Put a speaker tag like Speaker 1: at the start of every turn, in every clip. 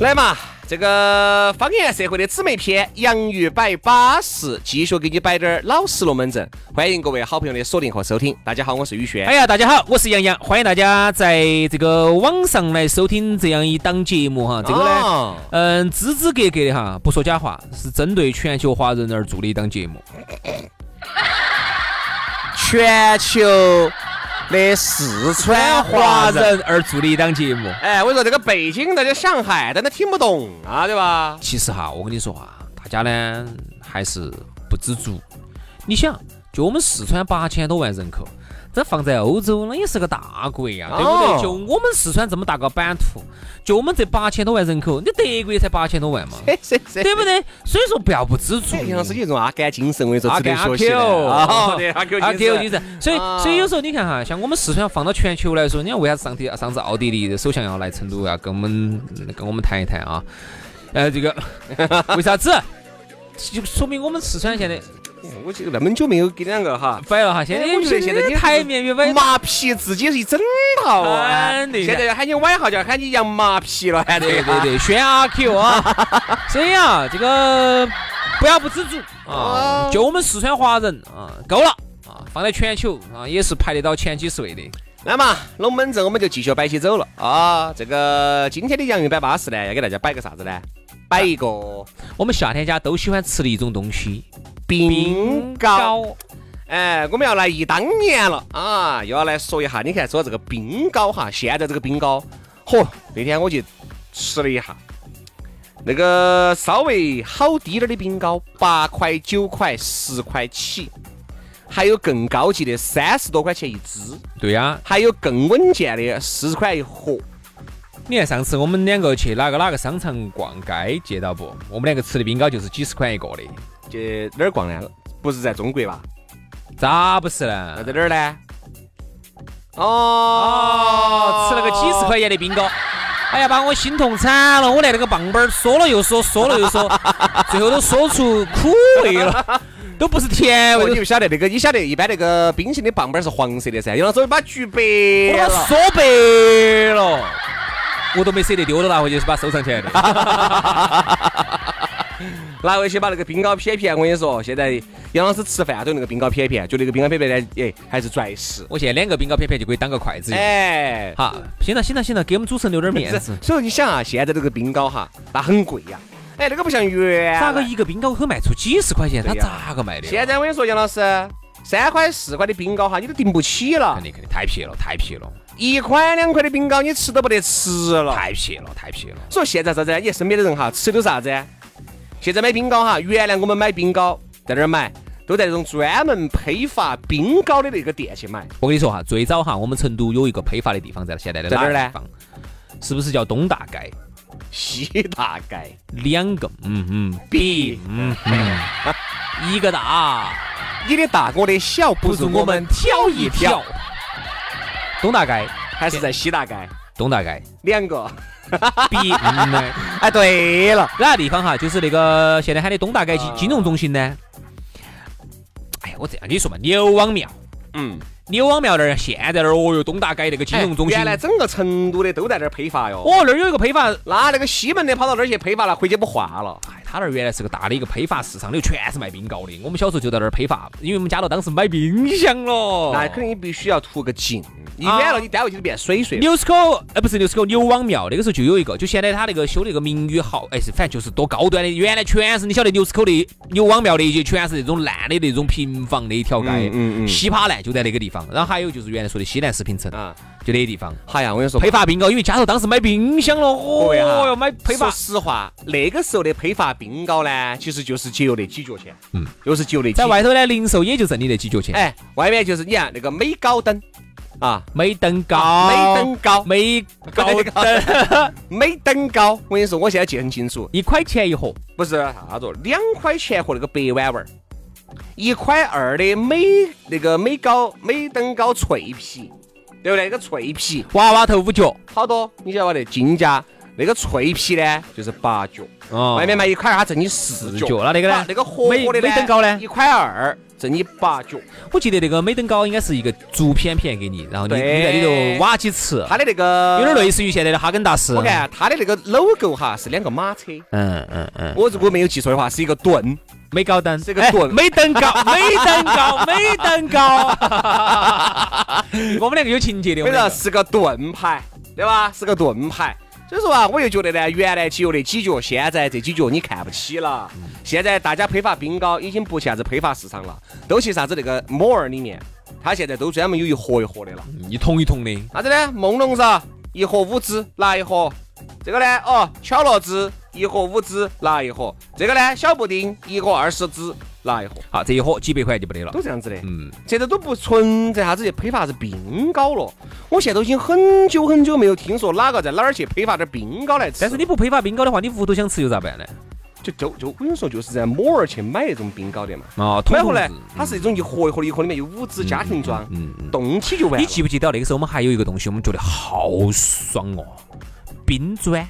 Speaker 1: 来嘛，这个方言社会的姊妹篇《洋芋摆巴适》，继续给你摆点儿老实龙门阵。欢迎各位好朋友的锁定和收听。大家好，我是宇轩。
Speaker 2: 哎呀，大家好，我是杨洋，欢迎大家在这个网上来收听这样一档节目哈。这个
Speaker 1: 哦
Speaker 2: 呢，嗯，支支格格的哈，不说假话，是针对全球华人而做的一档节目。
Speaker 1: 全球的四川华人，
Speaker 2: 人而做的一档节目。
Speaker 1: 哎，我说这个北京的，这上海的，那听不懂啊，对吧？
Speaker 2: 其实哈，我跟你说啊，大家呢还是不知足。你想，就我们四川八千多万人口，这放在欧洲那也是个大国呀、
Speaker 1: 哦
Speaker 2: 对不对？就我们四川这么大个版图，就我们这八千多万人口，你德国也才八千多万嘛，
Speaker 1: 嘿嘿嘿
Speaker 2: 对不对？所以说不要不知足
Speaker 1: 这。杨老师有一种啊阿甘精神，我跟你说，
Speaker 2: 阿
Speaker 1: 值得
Speaker 2: 甘
Speaker 1: 学
Speaker 2: 阿
Speaker 1: 习的
Speaker 2: Q，
Speaker 1: 哦对，阿 Q
Speaker 2: 阿 Q
Speaker 1: 精神。
Speaker 2: 精神，所以
Speaker 1: 啊
Speaker 2: 所以有时候你看哈，像我们四川放到全球来说，你看为啥子上地上次奥地利的首相要来成都要啊跟我们跟我们谈一谈啊？ 呃，这个为啥子？啊就说明我们四川现在
Speaker 1: 我这个那么久没有给两个哈，
Speaker 2: 摆了哈，现在
Speaker 1: 哎我
Speaker 2: 你
Speaker 1: 觉
Speaker 2: 觉
Speaker 1: 得
Speaker 2: 得现在
Speaker 1: 你
Speaker 2: 你台面越摆，
Speaker 1: 麻皮自己是一整套啊
Speaker 2: 真！的
Speaker 1: 现在要喊你歪号，就要喊你杨麻皮了，还
Speaker 2: 对
Speaker 1: 得
Speaker 2: 对对，选阿 Q 啊，所以啊，这个不要不知足啊，
Speaker 1: 哦
Speaker 2: 就我们四川华人啊，够了啊，放在全球啊也是排得到前几十位的。
Speaker 1: 那么龙门阵我们就继续摆起走了啊！这个今天的洋芋摆巴士呢，要给大家摆个啥子呢？摆一个
Speaker 2: 我们夏天家都喜欢吃的一种东西，
Speaker 1: 冰糕。。哎，我们要来忆当年了啊！又要来说一下，你看说这个冰糕哈，现在这个冰糕，嚯，那天我去吃了一下，那个稍微好滴点儿的冰糕，八块、九块、十块起，还有更高级的三十多块钱一只，
Speaker 2: 对呀、
Speaker 1: 还有更稳健的四十块一盒。
Speaker 2: 你看上次我们两个去哪个哪个商场逛街，见到不？我们两个吃的冰糕就是几十块一个的，
Speaker 1: 这哪儿逛呢？不是在中国吧？
Speaker 2: 咋不是
Speaker 1: 那
Speaker 2: 呢？
Speaker 1: 在哪儿呢？哦
Speaker 2: 哦，吃了个几十块钱的冰糕，哎呀，把我心痛惨了！我连那个棒棒儿说了又说，说了 又说，最后都说出苦味了，都不是甜
Speaker 1: 哦。
Speaker 2: 味，
Speaker 1: 你
Speaker 2: 都
Speaker 1: 不晓得那个，你晓得一般那个冰淇淋棒棒儿是黄色的噻，有老师把橘
Speaker 2: 我
Speaker 1: 白
Speaker 2: 把它
Speaker 1: 了。
Speaker 2: 说白了，我都没舍得丢了，拿回去是把它收藏起来的。
Speaker 1: 拿回去把那个冰糕片片，我跟你说，现在杨老师吃饭都用那个冰糕片片，就那个冰糕片片呢，哎，还是钻石。
Speaker 2: 我现在两个冰糕片片就可以当个筷子用。
Speaker 1: 哎，
Speaker 2: 好，行了行了行了，给我们主持人留点 面
Speaker 1: 是
Speaker 2: 子。
Speaker 1: 所以你想啊，现在这个冰糕哈，那很贵呀、哎，那个不像原来
Speaker 2: 咋个一个冰糕可以卖出几十块钱？他
Speaker 1: 对呀
Speaker 2: 咋个卖的？
Speaker 1: 现在我跟你说，杨老师，三块四块的冰糕哈，你都订不起了
Speaker 2: 肯。定肯定太撇了，太撇了，
Speaker 1: 一块两块的冰糕，你吃都不得吃了。
Speaker 2: 太撇了，太撇了。
Speaker 1: 所以现在啥子呢？你身边的人哈，吃的都是啥子呢？现在买冰糕哈，原来我们买冰糕在哪儿买？都在那种专门批发冰糕的那个店去 买。
Speaker 2: 我跟你说哈，最早哈，我们成都有一个批发的地方，在现在的
Speaker 1: 在哪儿
Speaker 2: 个
Speaker 1: 呢
Speaker 2: 地方？是不是叫东大街？
Speaker 1: 西大街
Speaker 2: 两个，嗯嗯，
Speaker 1: 比
Speaker 2: 嗯嗯， 一个大，
Speaker 1: 你的大我的小，不如我们挑一 挑。。
Speaker 2: 东大街，
Speaker 1: 还是在西大街
Speaker 2: 东大 街，
Speaker 1: 两个。
Speaker 2: 比嗯呢？
Speaker 1: 哎，对了，
Speaker 2: 哪个地方哈？就是那个现在喊的东大街
Speaker 1: 啊
Speaker 2: 金金融中心呢？哎呀，我这样跟你说嘛，牛王庙。
Speaker 1: 嗯，
Speaker 2: 牛王庙那儿现在那儿哦哟，东大街那个金融中心，
Speaker 1: 哎原来整个成都的都在那儿批发哟。
Speaker 2: 哦那儿有一个批发，
Speaker 1: 那那个西门的跑到那儿去批发了，回去不化了。
Speaker 2: 哎，他那儿原来是个大的一个批发市场，里头全是卖冰糕的。我们小时候就在那儿批发，因为我们家头当时买冰箱了。
Speaker 1: 那肯定你必须要图个近，你
Speaker 2: 啊
Speaker 1: 远了你单位就变水水了。
Speaker 2: 牛市口，呃，不是牛市口，牛王庙那个时候就有一个，就现在他那个修那个名宇号，哎，是反正就是多高端的。原来全是你晓得牛市口的牛王庙的一些全是那种烂的那种平房的一条街，
Speaker 1: 嗯嗯嗯
Speaker 2: 稀巴烂就在那个地方。然后还有就是原来说的西南食品城，
Speaker 1: 啊，
Speaker 2: 就那地方
Speaker 1: 哎呀，我跟你说，
Speaker 2: 批发冰糕，因为家头当时买冰箱了，
Speaker 1: 各
Speaker 2: 哦
Speaker 1: 位哈
Speaker 2: 哟，买批
Speaker 1: 说
Speaker 2: 发。
Speaker 1: 实话，那个时候的批发冰糕呢，其实就是节约那几角钱，嗯，就是节约那几哎
Speaker 2: 在外头呢，零售也就挣你那几角钱。
Speaker 1: 哎，外面就是你看那个美高灯，啊，
Speaker 2: 没登高，
Speaker 1: 没登高，
Speaker 2: 没高 登，
Speaker 1: 没登高。我跟你说，我现在记得很清楚，
Speaker 2: 一块钱一盒，
Speaker 1: 不是啥子，两块钱和那个白碗碗儿，一块二的美那个美高美登高脆皮，对不对？那个脆皮
Speaker 2: 娃娃头五角，
Speaker 1: 好多，你晓得不得？金价那个脆皮呢，就是八角，
Speaker 2: 哦
Speaker 1: 外面卖一块二，它挣你四
Speaker 2: 四角那那个呢
Speaker 1: 把那个活活的
Speaker 2: 没没登高呢啊
Speaker 1: 一块二挣你八角。
Speaker 2: 我记得那个美登高应该是一个竹片片给你，然后你你
Speaker 1: 对
Speaker 2: 在里头挖几次，
Speaker 1: 它的那个
Speaker 2: 有点类似于现在的哈根达斯。
Speaker 1: 我看啊它的那个 logo 哈是两个马车，
Speaker 2: 嗯嗯嗯，
Speaker 1: 我如果没有记错的话是一个盾，
Speaker 2: 没高登，
Speaker 1: 这个盾
Speaker 2: 哎没登高，没登高，没 登高。我们两个有情节的，我
Speaker 1: 没
Speaker 2: 们两
Speaker 1: 得
Speaker 2: 个
Speaker 1: 是个盾牌，对吧？是个盾牌。所以说啊，我又觉得呢，原来只有那几角，现在这几角你看不起了。
Speaker 2: 嗯
Speaker 1: 现在大家批发冰糕已经不去啥子批发市场了，都去啥子那个摩尔里面，它现在都专门有一盒一盒的了。
Speaker 2: 嗯一桶一桶的。
Speaker 1: 啥子呢？梦龙啥？一盒五只，拿一盒。这个呢，哦，巧乐兹一盒五只，拿一盒。这个呢，小布丁一盒二十只，拿一盒。
Speaker 2: 好，这一盒几百块就没得了。
Speaker 1: 都这样子的。
Speaker 2: 嗯，
Speaker 1: 现在都不存在啥子去批发啥子冰糕了。我现在都已经很久很久没有听说哪个在哪儿去批发点冰糕来吃。
Speaker 2: 但是你不批发冰糕的话，你屋头想吃又咋办呢？
Speaker 1: 就就就我跟你说，就是在摩尔去买那种冰糕的嘛。
Speaker 2: 哦，
Speaker 1: 买回来
Speaker 2: 桶子，
Speaker 1: 它是一种一盒一盒的，一盒里面有五只家庭装，冻起就完了。
Speaker 2: 嗯你记不记得那个时候我们还有一个东西，我们觉得好爽哦，冰砖，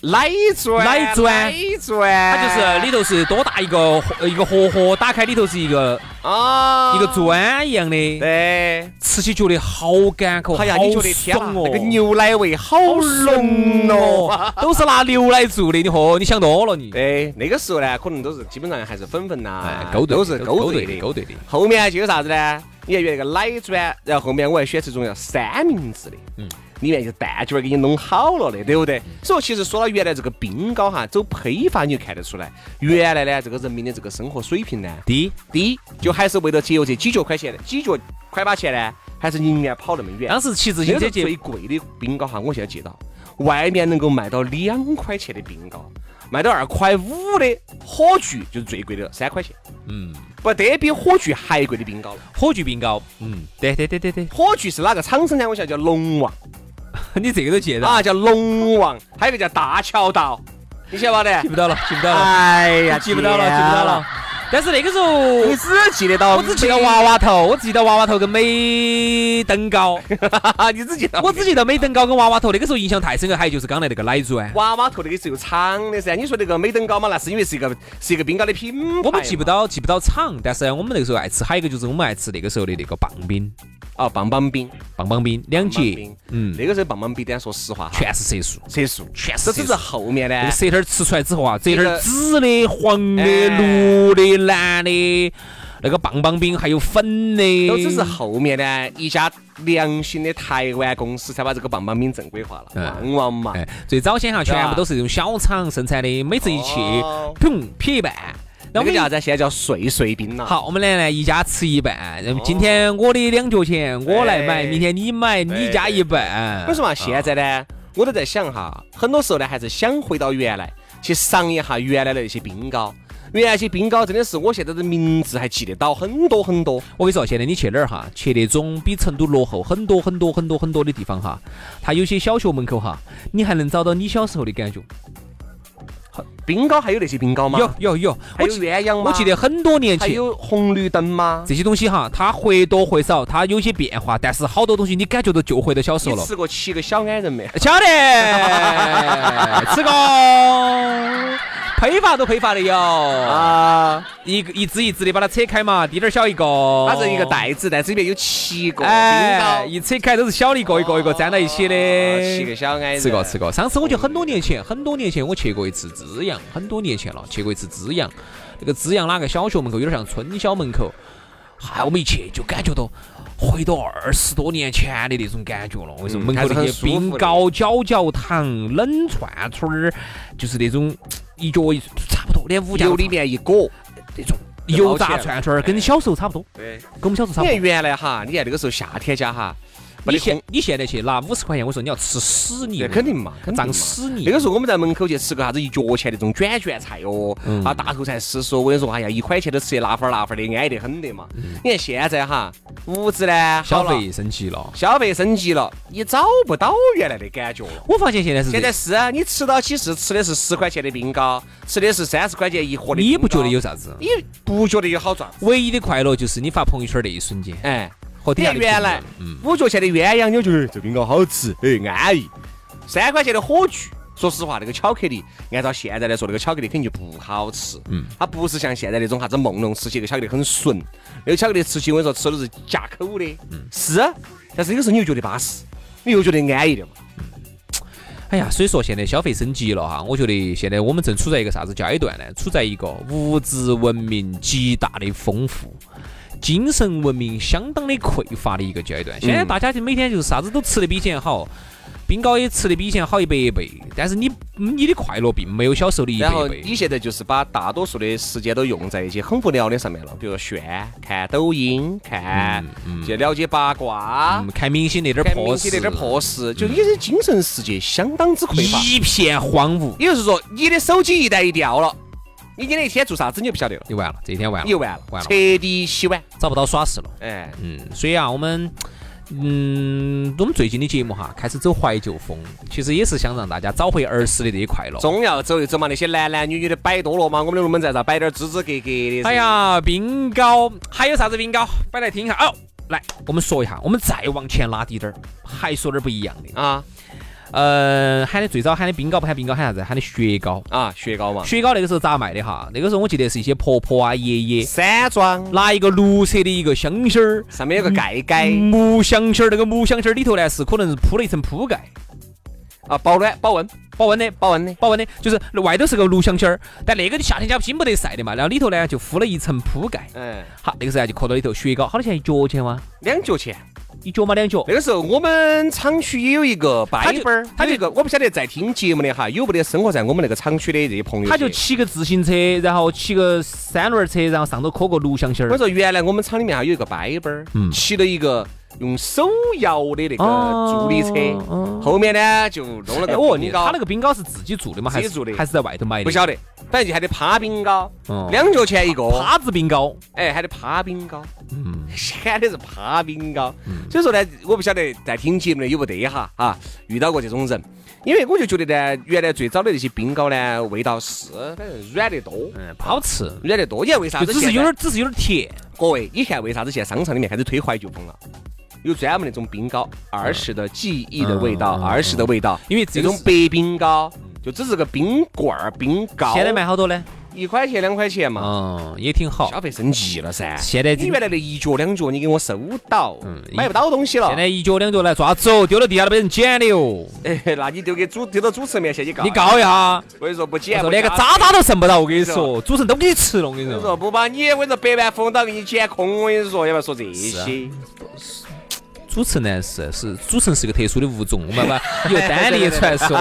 Speaker 1: 奶砖？
Speaker 2: 奶砖
Speaker 1: 奶砖？
Speaker 2: 它就是里头是多大一个盒一个盒盒，打开里头是一个
Speaker 1: 啊，
Speaker 2: 一个。砖一样的，
Speaker 1: 对。
Speaker 2: 吃起觉得好干口，
Speaker 1: 哎呀，
Speaker 2: 好
Speaker 1: 你觉得天哪
Speaker 2: 爽哦，
Speaker 1: 那个牛奶味好
Speaker 2: 好
Speaker 1: 浓
Speaker 2: 浓
Speaker 1: 哦。
Speaker 2: 哦，都是拿牛奶做的，你喝，你想多了你。
Speaker 1: 对，那个时候呢，可能都是基本上还是粉粉呐
Speaker 2: 哎，勾兑
Speaker 1: 都是
Speaker 2: 的
Speaker 1: 勾
Speaker 2: 勾
Speaker 1: 兑
Speaker 2: 兑
Speaker 1: 的，
Speaker 2: 的勾兑的
Speaker 1: 后面就有啥子呢？你看原来那个奶砖，然后后面我还选出一种叫三明治的，嗯，里面就蛋卷儿给你弄好了的，对不对？所以其实说到原来这个冰糕哈，走批发你就看得出来，原来呢这个人民的这个生活水平呢
Speaker 2: 第一，
Speaker 1: 低，就还是为了节约这几角块钱的几角块把钱呢，还是宁愿跑那么远。
Speaker 2: 当时骑自
Speaker 1: 那
Speaker 2: 行
Speaker 1: 个
Speaker 2: 车
Speaker 1: 最
Speaker 2: 去，
Speaker 1: 贵的冰糕哈，我现在记到，外面能够卖到两块钱的冰糕，卖到二块五的火炬就是最贵的了，三块钱，
Speaker 2: 嗯，
Speaker 1: 不得比火炬还贵的冰糕了。
Speaker 2: 火炬冰糕，嗯，对对对对 对，
Speaker 1: 火炬是哪个厂生呢？我晓得叫龙王
Speaker 2: 你这个都记得，
Speaker 1: 啊，叫龙王，还有一个叫大桥道，你晓得
Speaker 2: 记
Speaker 1: 不
Speaker 2: 不
Speaker 1: 得？
Speaker 2: 到了，记不到了，
Speaker 1: 哎呀，啊
Speaker 2: 记不到了，
Speaker 1: 天
Speaker 2: 记不到了。。但是那个时候，
Speaker 1: 你只记得到，
Speaker 2: 我只记得啊娃娃头，我只记得娃娃头跟美 登高，
Speaker 1: 娃，你只记得
Speaker 2: 我只记得美登高跟娃娃头。那个时候印象太深刻，还有就是刚才那个奶啊砖，
Speaker 1: 娃娃头那个是有厂的噻。你说那个美登糕嘛，那是因为是一个是一个冰糕的品牌，
Speaker 2: 我们记不到记不到厂，但是我们那个时候爱吃，还有一个就是我们爱吃那个时候的那个棒冰，
Speaker 1: 啊，棒棒冰，
Speaker 2: 棒棒冰两
Speaker 1: 棒棒
Speaker 2: 节
Speaker 1: 冰，
Speaker 2: 嗯，
Speaker 1: 那个时候棒棒冰，但说实话哈，
Speaker 2: 全是色素。
Speaker 1: 色素，
Speaker 2: 全
Speaker 1: 这只
Speaker 2: 是色
Speaker 1: 是
Speaker 2: 素。
Speaker 1: 后面
Speaker 2: 那
Speaker 1: 呢
Speaker 2: 个。舌头吃出来之后啊，这
Speaker 1: 这
Speaker 2: 点
Speaker 1: 哎个
Speaker 2: 儿紫的、黄的、
Speaker 1: 哎
Speaker 2: 绿的、蓝的，那个棒棒冰还有粉的，
Speaker 1: 都只是后面呢，一家良心的台湾公司才把这个棒棒冰正规化了，
Speaker 2: 嗯
Speaker 1: 旺旺嘛。
Speaker 2: 哎，最早先哈，
Speaker 1: 吧
Speaker 2: 全部都是这种小厂生产的，每次一去
Speaker 1: 哦，
Speaker 2: 砰撇一半。
Speaker 1: 那
Speaker 2: 然后
Speaker 1: 个
Speaker 2: 我们
Speaker 1: 叫啥子？现在叫碎碎冰了。，
Speaker 2: 好，我们俩呢一家吃一半。然后今
Speaker 1: 哦
Speaker 2: 天我的两角钱我来买，
Speaker 1: 对
Speaker 2: 明天你买，你加一半。
Speaker 1: 哎为什么现在呢？我都在想哈，很多时候呢，还是想回到原来，去尝一下原来的那些冰糕。原来那些冰糕真的是，我现在的名字还记得到很多很多。
Speaker 2: 我跟你说，现在你去哪儿哈，去那种比成都落后很多很多很多很多的地方哈，它有些小学门口哈，你还能找到你小时候的感觉。
Speaker 1: 冰糕还有那些冰糕吗？
Speaker 2: 有，有有，
Speaker 1: 还有
Speaker 2: 我记
Speaker 1: 鸳鸯吗？
Speaker 2: 我记得很多年
Speaker 1: 还
Speaker 2: 前。
Speaker 1: 有红绿灯吗？
Speaker 2: 这些东西哈，它或多或少，它有些变化，但是好多东西你感觉到就回到小时候
Speaker 1: 你
Speaker 2: 了。
Speaker 1: 吃过七个小矮人没？
Speaker 2: 晓 得，吃个批发都批发的有，
Speaker 1: 啊，
Speaker 2: 一个一只一只的把它扯开嘛，滴点儿小一个，
Speaker 1: 它是一个，袋子，袋子里面有七个冰
Speaker 2: 哎，
Speaker 1: 糕。
Speaker 2: 一扯开都是小的，一个一个一个粘到一起的
Speaker 1: 啊，七个小矮人，
Speaker 2: 吃过吃过，上次我就很多年前，很多年前我去过一次资阳，很多年前了，去过一次资阳。那个资阳哪个小学门口有点像春晓门口，嗨，我们一去就感觉到回到二十多年前的那种感觉了。为什
Speaker 1: 嗯
Speaker 2: 么门口
Speaker 1: 还
Speaker 2: 那
Speaker 1: 是很
Speaker 2: 些
Speaker 1: 舒服的
Speaker 2: 冰糕、角角糖、冷串串儿，就是那种一脚一差不多，连五角
Speaker 1: 油里面一裹。
Speaker 2: 那种
Speaker 1: 就
Speaker 2: 油
Speaker 1: 捞起来
Speaker 2: 炸
Speaker 1: 了哎
Speaker 2: 串串儿，跟小时候差不多，
Speaker 1: 对，
Speaker 2: 跟我们小时候差
Speaker 1: 你
Speaker 2: 不
Speaker 1: 看
Speaker 2: 多。
Speaker 1: 原来哈，你看那个时候夏天家哈，没得
Speaker 2: 你现
Speaker 1: 空
Speaker 2: 你现在去拿五十块钱，我说你要吃屎你
Speaker 1: 那，肯定嘛，肯定嘛
Speaker 2: 胀屎你。
Speaker 1: 那个时候我们在门口去吃个啥子一角钱那种卷卷菜哦，啊大头菜丝丝，我跟你说，哎呀，一块钱都吃得拉粉儿拉粉儿的，安逸得很的嘛。你看现在哈，物质呢
Speaker 2: 消
Speaker 1: 好了
Speaker 2: 费升级了，
Speaker 1: 消费升级了，你找不到原来的感觉了。
Speaker 2: 我发现现在是这
Speaker 1: 现在
Speaker 2: 样
Speaker 1: 是啊你吃到起是吃的是十块钱的冰糕，吃的是三十块钱一盒的冰糕，
Speaker 2: 你不觉得有啥子？
Speaker 1: 你不觉得有好赚？
Speaker 2: 唯一的快乐就是你发朋友圈那一瞬间，
Speaker 1: 哎，
Speaker 2: 和底
Speaker 1: 你
Speaker 2: 下
Speaker 1: 看
Speaker 2: 的
Speaker 1: 原来
Speaker 2: 评论嗯，
Speaker 1: 五角钱的鸳鸯，你就觉得哎这冰糕好吃，哎，安逸。三块钱的火炬，说实话，那个巧克力，按照现在来说，那个巧克力肯定就不好吃。嗯，它不是像现在那种啥子梦龙吃起那个巧克力很顺，那个巧克力吃起我跟你说，吃的是夹口的。嗯，是，但是有时候你又觉得巴适，你又觉得安逸的嘛。
Speaker 2: 哎呀，所以说现在消费升级了哈，我觉得现在我们正处在一个啥子阶段呢？处在一个物质文明极大的丰富。精神文明相当的匮乏的一个
Speaker 1: 嗯
Speaker 2: 阶段，现在大家就每天就是啥子都吃得比以前好，冰糕也吃得比以前好一百倍，但是你嗯你的快乐并没有小时候的一百
Speaker 1: 然后
Speaker 2: 倍。
Speaker 1: 你现在就是把大多数的时间都用在一些很无聊的上面了，比如说炫、看抖音、看去了解八卦。
Speaker 2: 嗯，看明星那点儿
Speaker 1: 看
Speaker 2: 破
Speaker 1: 明
Speaker 2: 事，嗯
Speaker 1: 星那点破事，就你的精神世界相当之匮乏。
Speaker 2: 一片荒芜，
Speaker 1: 也就是说，你的手机一旦一掉了，你今天一天做啥子你就不晓得了，
Speaker 2: 你完了，这一天完
Speaker 1: 你就
Speaker 2: 了，
Speaker 1: 完了，
Speaker 2: 完
Speaker 1: 彻
Speaker 2: 了
Speaker 1: 底洗碗。
Speaker 2: 找不到耍事了。
Speaker 1: 哎，
Speaker 2: 嗯，所以啊，我们。嗯，我们最近的节目哈，开始走怀旧风，其实也是想让大家找回儿时的这些快乐。
Speaker 1: 总要走一走嘛，那些男男女女的摆多了嘛，我们的龙门阵上摆点支支格格的。
Speaker 2: 哎，呀，冰糕还有啥子冰糕？摆来听一下哦。来，我们说一下，我们再往前拉低点儿，还说点儿不一样的。
Speaker 1: 啊
Speaker 2: 呃，喊的最早喊的冰糕不喊冰糕，喊啥子？喊的雪糕。
Speaker 1: 啊，雪糕嘛，
Speaker 2: 雪糕那个时候咋卖的哈？那个时候我记得是一些婆婆啊、爷爷
Speaker 1: 山庄
Speaker 2: 拿一个绿色的一个箱箱儿，哎
Speaker 1: 上面有个盖盖
Speaker 2: 木箱箱儿，那个木箱箱儿里头呢是可能是铺了一层铺盖，
Speaker 1: 啊，保暖保温
Speaker 2: 保温的，
Speaker 1: 保温的。
Speaker 2: 保温的，就是外头是个炉香芯儿，但那个你夏天家不经不得晒的嘛，然后里头呢就敷了一层铺盖，
Speaker 1: 嗯，
Speaker 2: 好，那个时候就搁到里头雪糕，好多钱一角钱吗？
Speaker 1: 两角钱。
Speaker 2: 一角吗？两角？
Speaker 1: 那个时候我们厂区也有一个掰
Speaker 2: 就
Speaker 1: 班儿，
Speaker 2: 他
Speaker 1: 他
Speaker 2: 就
Speaker 1: 这个我不晓得在听节目的哈，有没得生活在我们那个厂区的这些朋友些。
Speaker 2: 他就骑个自行车，然后骑个三轮车，然后上头扣个炉香芯
Speaker 1: 我
Speaker 2: 儿。
Speaker 1: 说原来我们厂里面还有一个掰班儿，
Speaker 2: 嗯
Speaker 1: 骑了一个用手摇的那个助力车，后面呢就弄了
Speaker 2: 哦哎，
Speaker 1: 个
Speaker 2: 我问你，
Speaker 1: 冰糕
Speaker 2: 他那，个冰糕是自己做的吗？还是
Speaker 1: 自己做的
Speaker 2: 还是在外头买的？
Speaker 1: 不晓得，反正就还得趴冰糕
Speaker 2: 哦，
Speaker 1: 两角钱一个，
Speaker 2: 趴子冰糕。
Speaker 1: 哎，还得趴冰糕，
Speaker 2: 嗯，
Speaker 1: 喊的是趴冰糕。所以说呢，我不晓得在听节目的有没得哈啊，遇到过这种人，因为我就觉得呢，原来最早的那些冰糕呢，味道是反正软得多，
Speaker 2: 嗯，不好吃，
Speaker 1: 软得多。你看为啥
Speaker 2: 就
Speaker 1: 子
Speaker 2: 只是
Speaker 1: 现在
Speaker 2: 有点，只是有点甜。
Speaker 1: 各位，你看为啥子现在商场里面开始推怀旧风了？有专门那种冰糕，儿时的记忆的味道，
Speaker 2: 嗯嗯嗯
Speaker 1: 儿时的味道。
Speaker 2: 因为
Speaker 1: 这
Speaker 2: 这
Speaker 1: 种
Speaker 2: 种
Speaker 1: 白冰糕就只是个冰棍儿、冰糕，
Speaker 2: 现在卖好多呢？
Speaker 1: 一块钱、两块钱嘛，
Speaker 2: 嗯，也挺好。
Speaker 1: 消费升级了噻。
Speaker 2: 现在这
Speaker 1: 你原来的一角两角，你给我收到
Speaker 2: 嗯，
Speaker 1: 买不到东西了。
Speaker 2: 现在一脚两脚来抓走，丢到地下都被人捡的哟。
Speaker 1: 哎，那你丢给主丢到主持人面前去告，
Speaker 2: 你告一下，
Speaker 1: 我跟你说不捡
Speaker 2: 我，
Speaker 1: 不
Speaker 2: 说连个
Speaker 1: 加
Speaker 2: 渣渣都剩不到，我跟你
Speaker 1: 是
Speaker 2: 说，主持人都给你吃了，我跟你
Speaker 1: 我跟你
Speaker 2: 说。
Speaker 1: 说不把你，我跟你说百万富翁都给你捡空，我跟你说，要不要说这
Speaker 2: 啊
Speaker 1: 些？
Speaker 2: 主持人呢是是主持人是个特殊的物种，我们把 由单列出来说。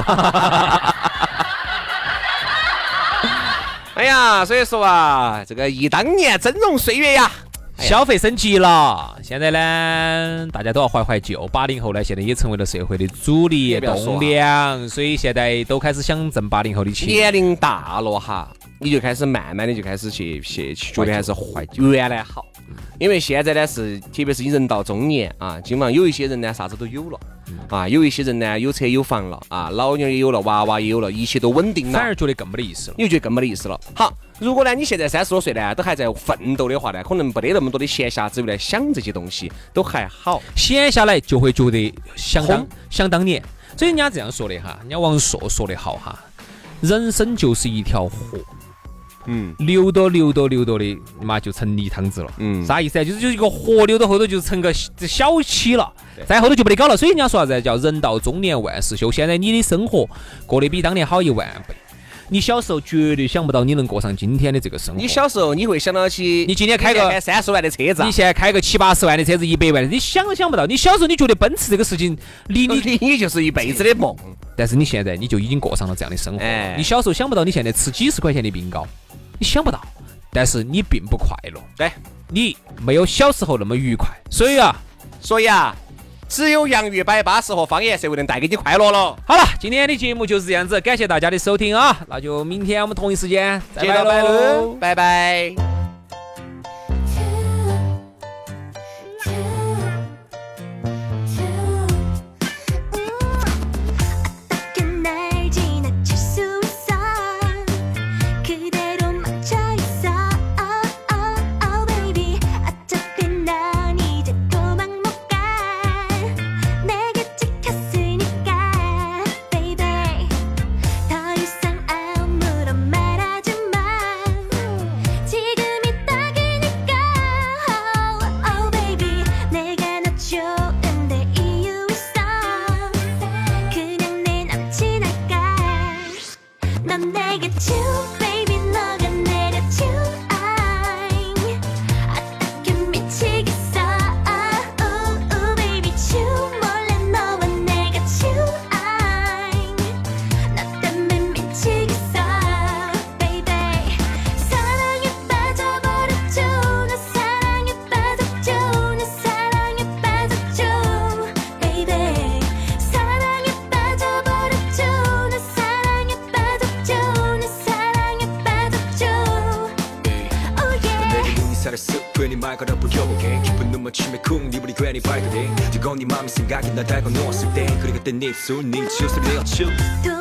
Speaker 1: 哎呀，所以说啊，这个忆当年峥嵘岁月呀，
Speaker 2: 消费升级了，现在呢，大家都要怀怀旧。八零后呢，现在也成为了社会的主力
Speaker 1: 也不要说啊
Speaker 2: 栋梁，所以现在都开始想挣八零后的钱。
Speaker 1: 年龄大了哈，你就开始慢慢的就开始去去去觉得还是怀旧原来好，因为现在呢是，特别是你人到中年啊，基本上有一些人呢啥子都有了。
Speaker 2: 嗯
Speaker 1: 啊，有一些人呢，有车有房了啊，老娘也有了，娃娃也有了，一切都稳定了，
Speaker 2: 反而觉得更没得意思了。
Speaker 1: 你就觉得更没得意思了。好，如果呢你现在三十多岁呢，都还在奋斗的话呢，可能没得那么多的闲暇之余来想这些东西，都还好。
Speaker 2: 闲下来就会觉得想当
Speaker 1: 红
Speaker 2: 想当年。所以人家这样说的哈，人家王朔说的好哈，人生就是一条河，
Speaker 1: 嗯，
Speaker 2: 流到流到流到的，妈就成泥汤子了。
Speaker 1: 嗯
Speaker 2: 啥意思啊？就是就是一个河流到后头就成个小小溪了，再后头就没得搞了。所以人家说啥子啊叫人到中年万事休。现在你的生活过得比当年好一万倍，你小时候绝对想不到你能过上今天的这个生活。
Speaker 1: 你小时候你会想到起，
Speaker 2: 你今天开个
Speaker 1: 开三十万的车子啊
Speaker 2: 你，现在开个七八十万的车子，一百万的，你想都想不到。你小时候你觉得奔驰这个事情离你
Speaker 1: 你你就是一辈子的梦。
Speaker 2: 但是你现在你就已经过上了这样的生活。
Speaker 1: 哎
Speaker 2: 你小时候想不到，你现在吃几十块钱的冰糕，你想不到，但是你并不快乐，
Speaker 1: 对，
Speaker 2: 你没有小时候那么愉快。所以啊，
Speaker 1: 所以啊，只有洋芋摆巴适和方言社会能带给你快乐了。
Speaker 2: 好了，今天的节目就是这样子，感谢大家的收听啊！那就明天我们同一时间再
Speaker 1: 接着摆
Speaker 2: 拜喽
Speaker 1: 喽，。拜拜。
Speaker 3: 어떻게 날 지나칠 수 있어 그대로 맞춰있어 Oh baby 어차피 난 이제 도망 못가 내게 찍혔으니까 baby 더 이상 아무런 말 하지 마 지금이 딱이니까 Oh baby 내가 너 좋은데 이유 있어 그냥 내 남친 할까 넌 내게 too baby 너가 내려 too I'm 어떻게 미치겠어 Oh baby too 몰래 너와 내가 too I'm 나 때문에 미치겠어 baby 사랑에 빠져버렸죠 나 사랑에 빠졌죠 나 사랑에 빠졌죠 baby 사랑에 빠져버렸죠 나 사랑에 빠졌죠 나 사랑에 빠졌죠 oh yeah
Speaker 4: 내게 인사를 쓱 괜히 말 걸어 불켜보게 깊은 눈 맞춤에 쿵 니불이 괜히 발그대 뜨거운 네 맘이 생각이 날 달고 놓았을 때 그리 그때 네 입술 네 치우스를 내어치우
Speaker 3: 또 Oh, Oh, Oh, Oh, Oh,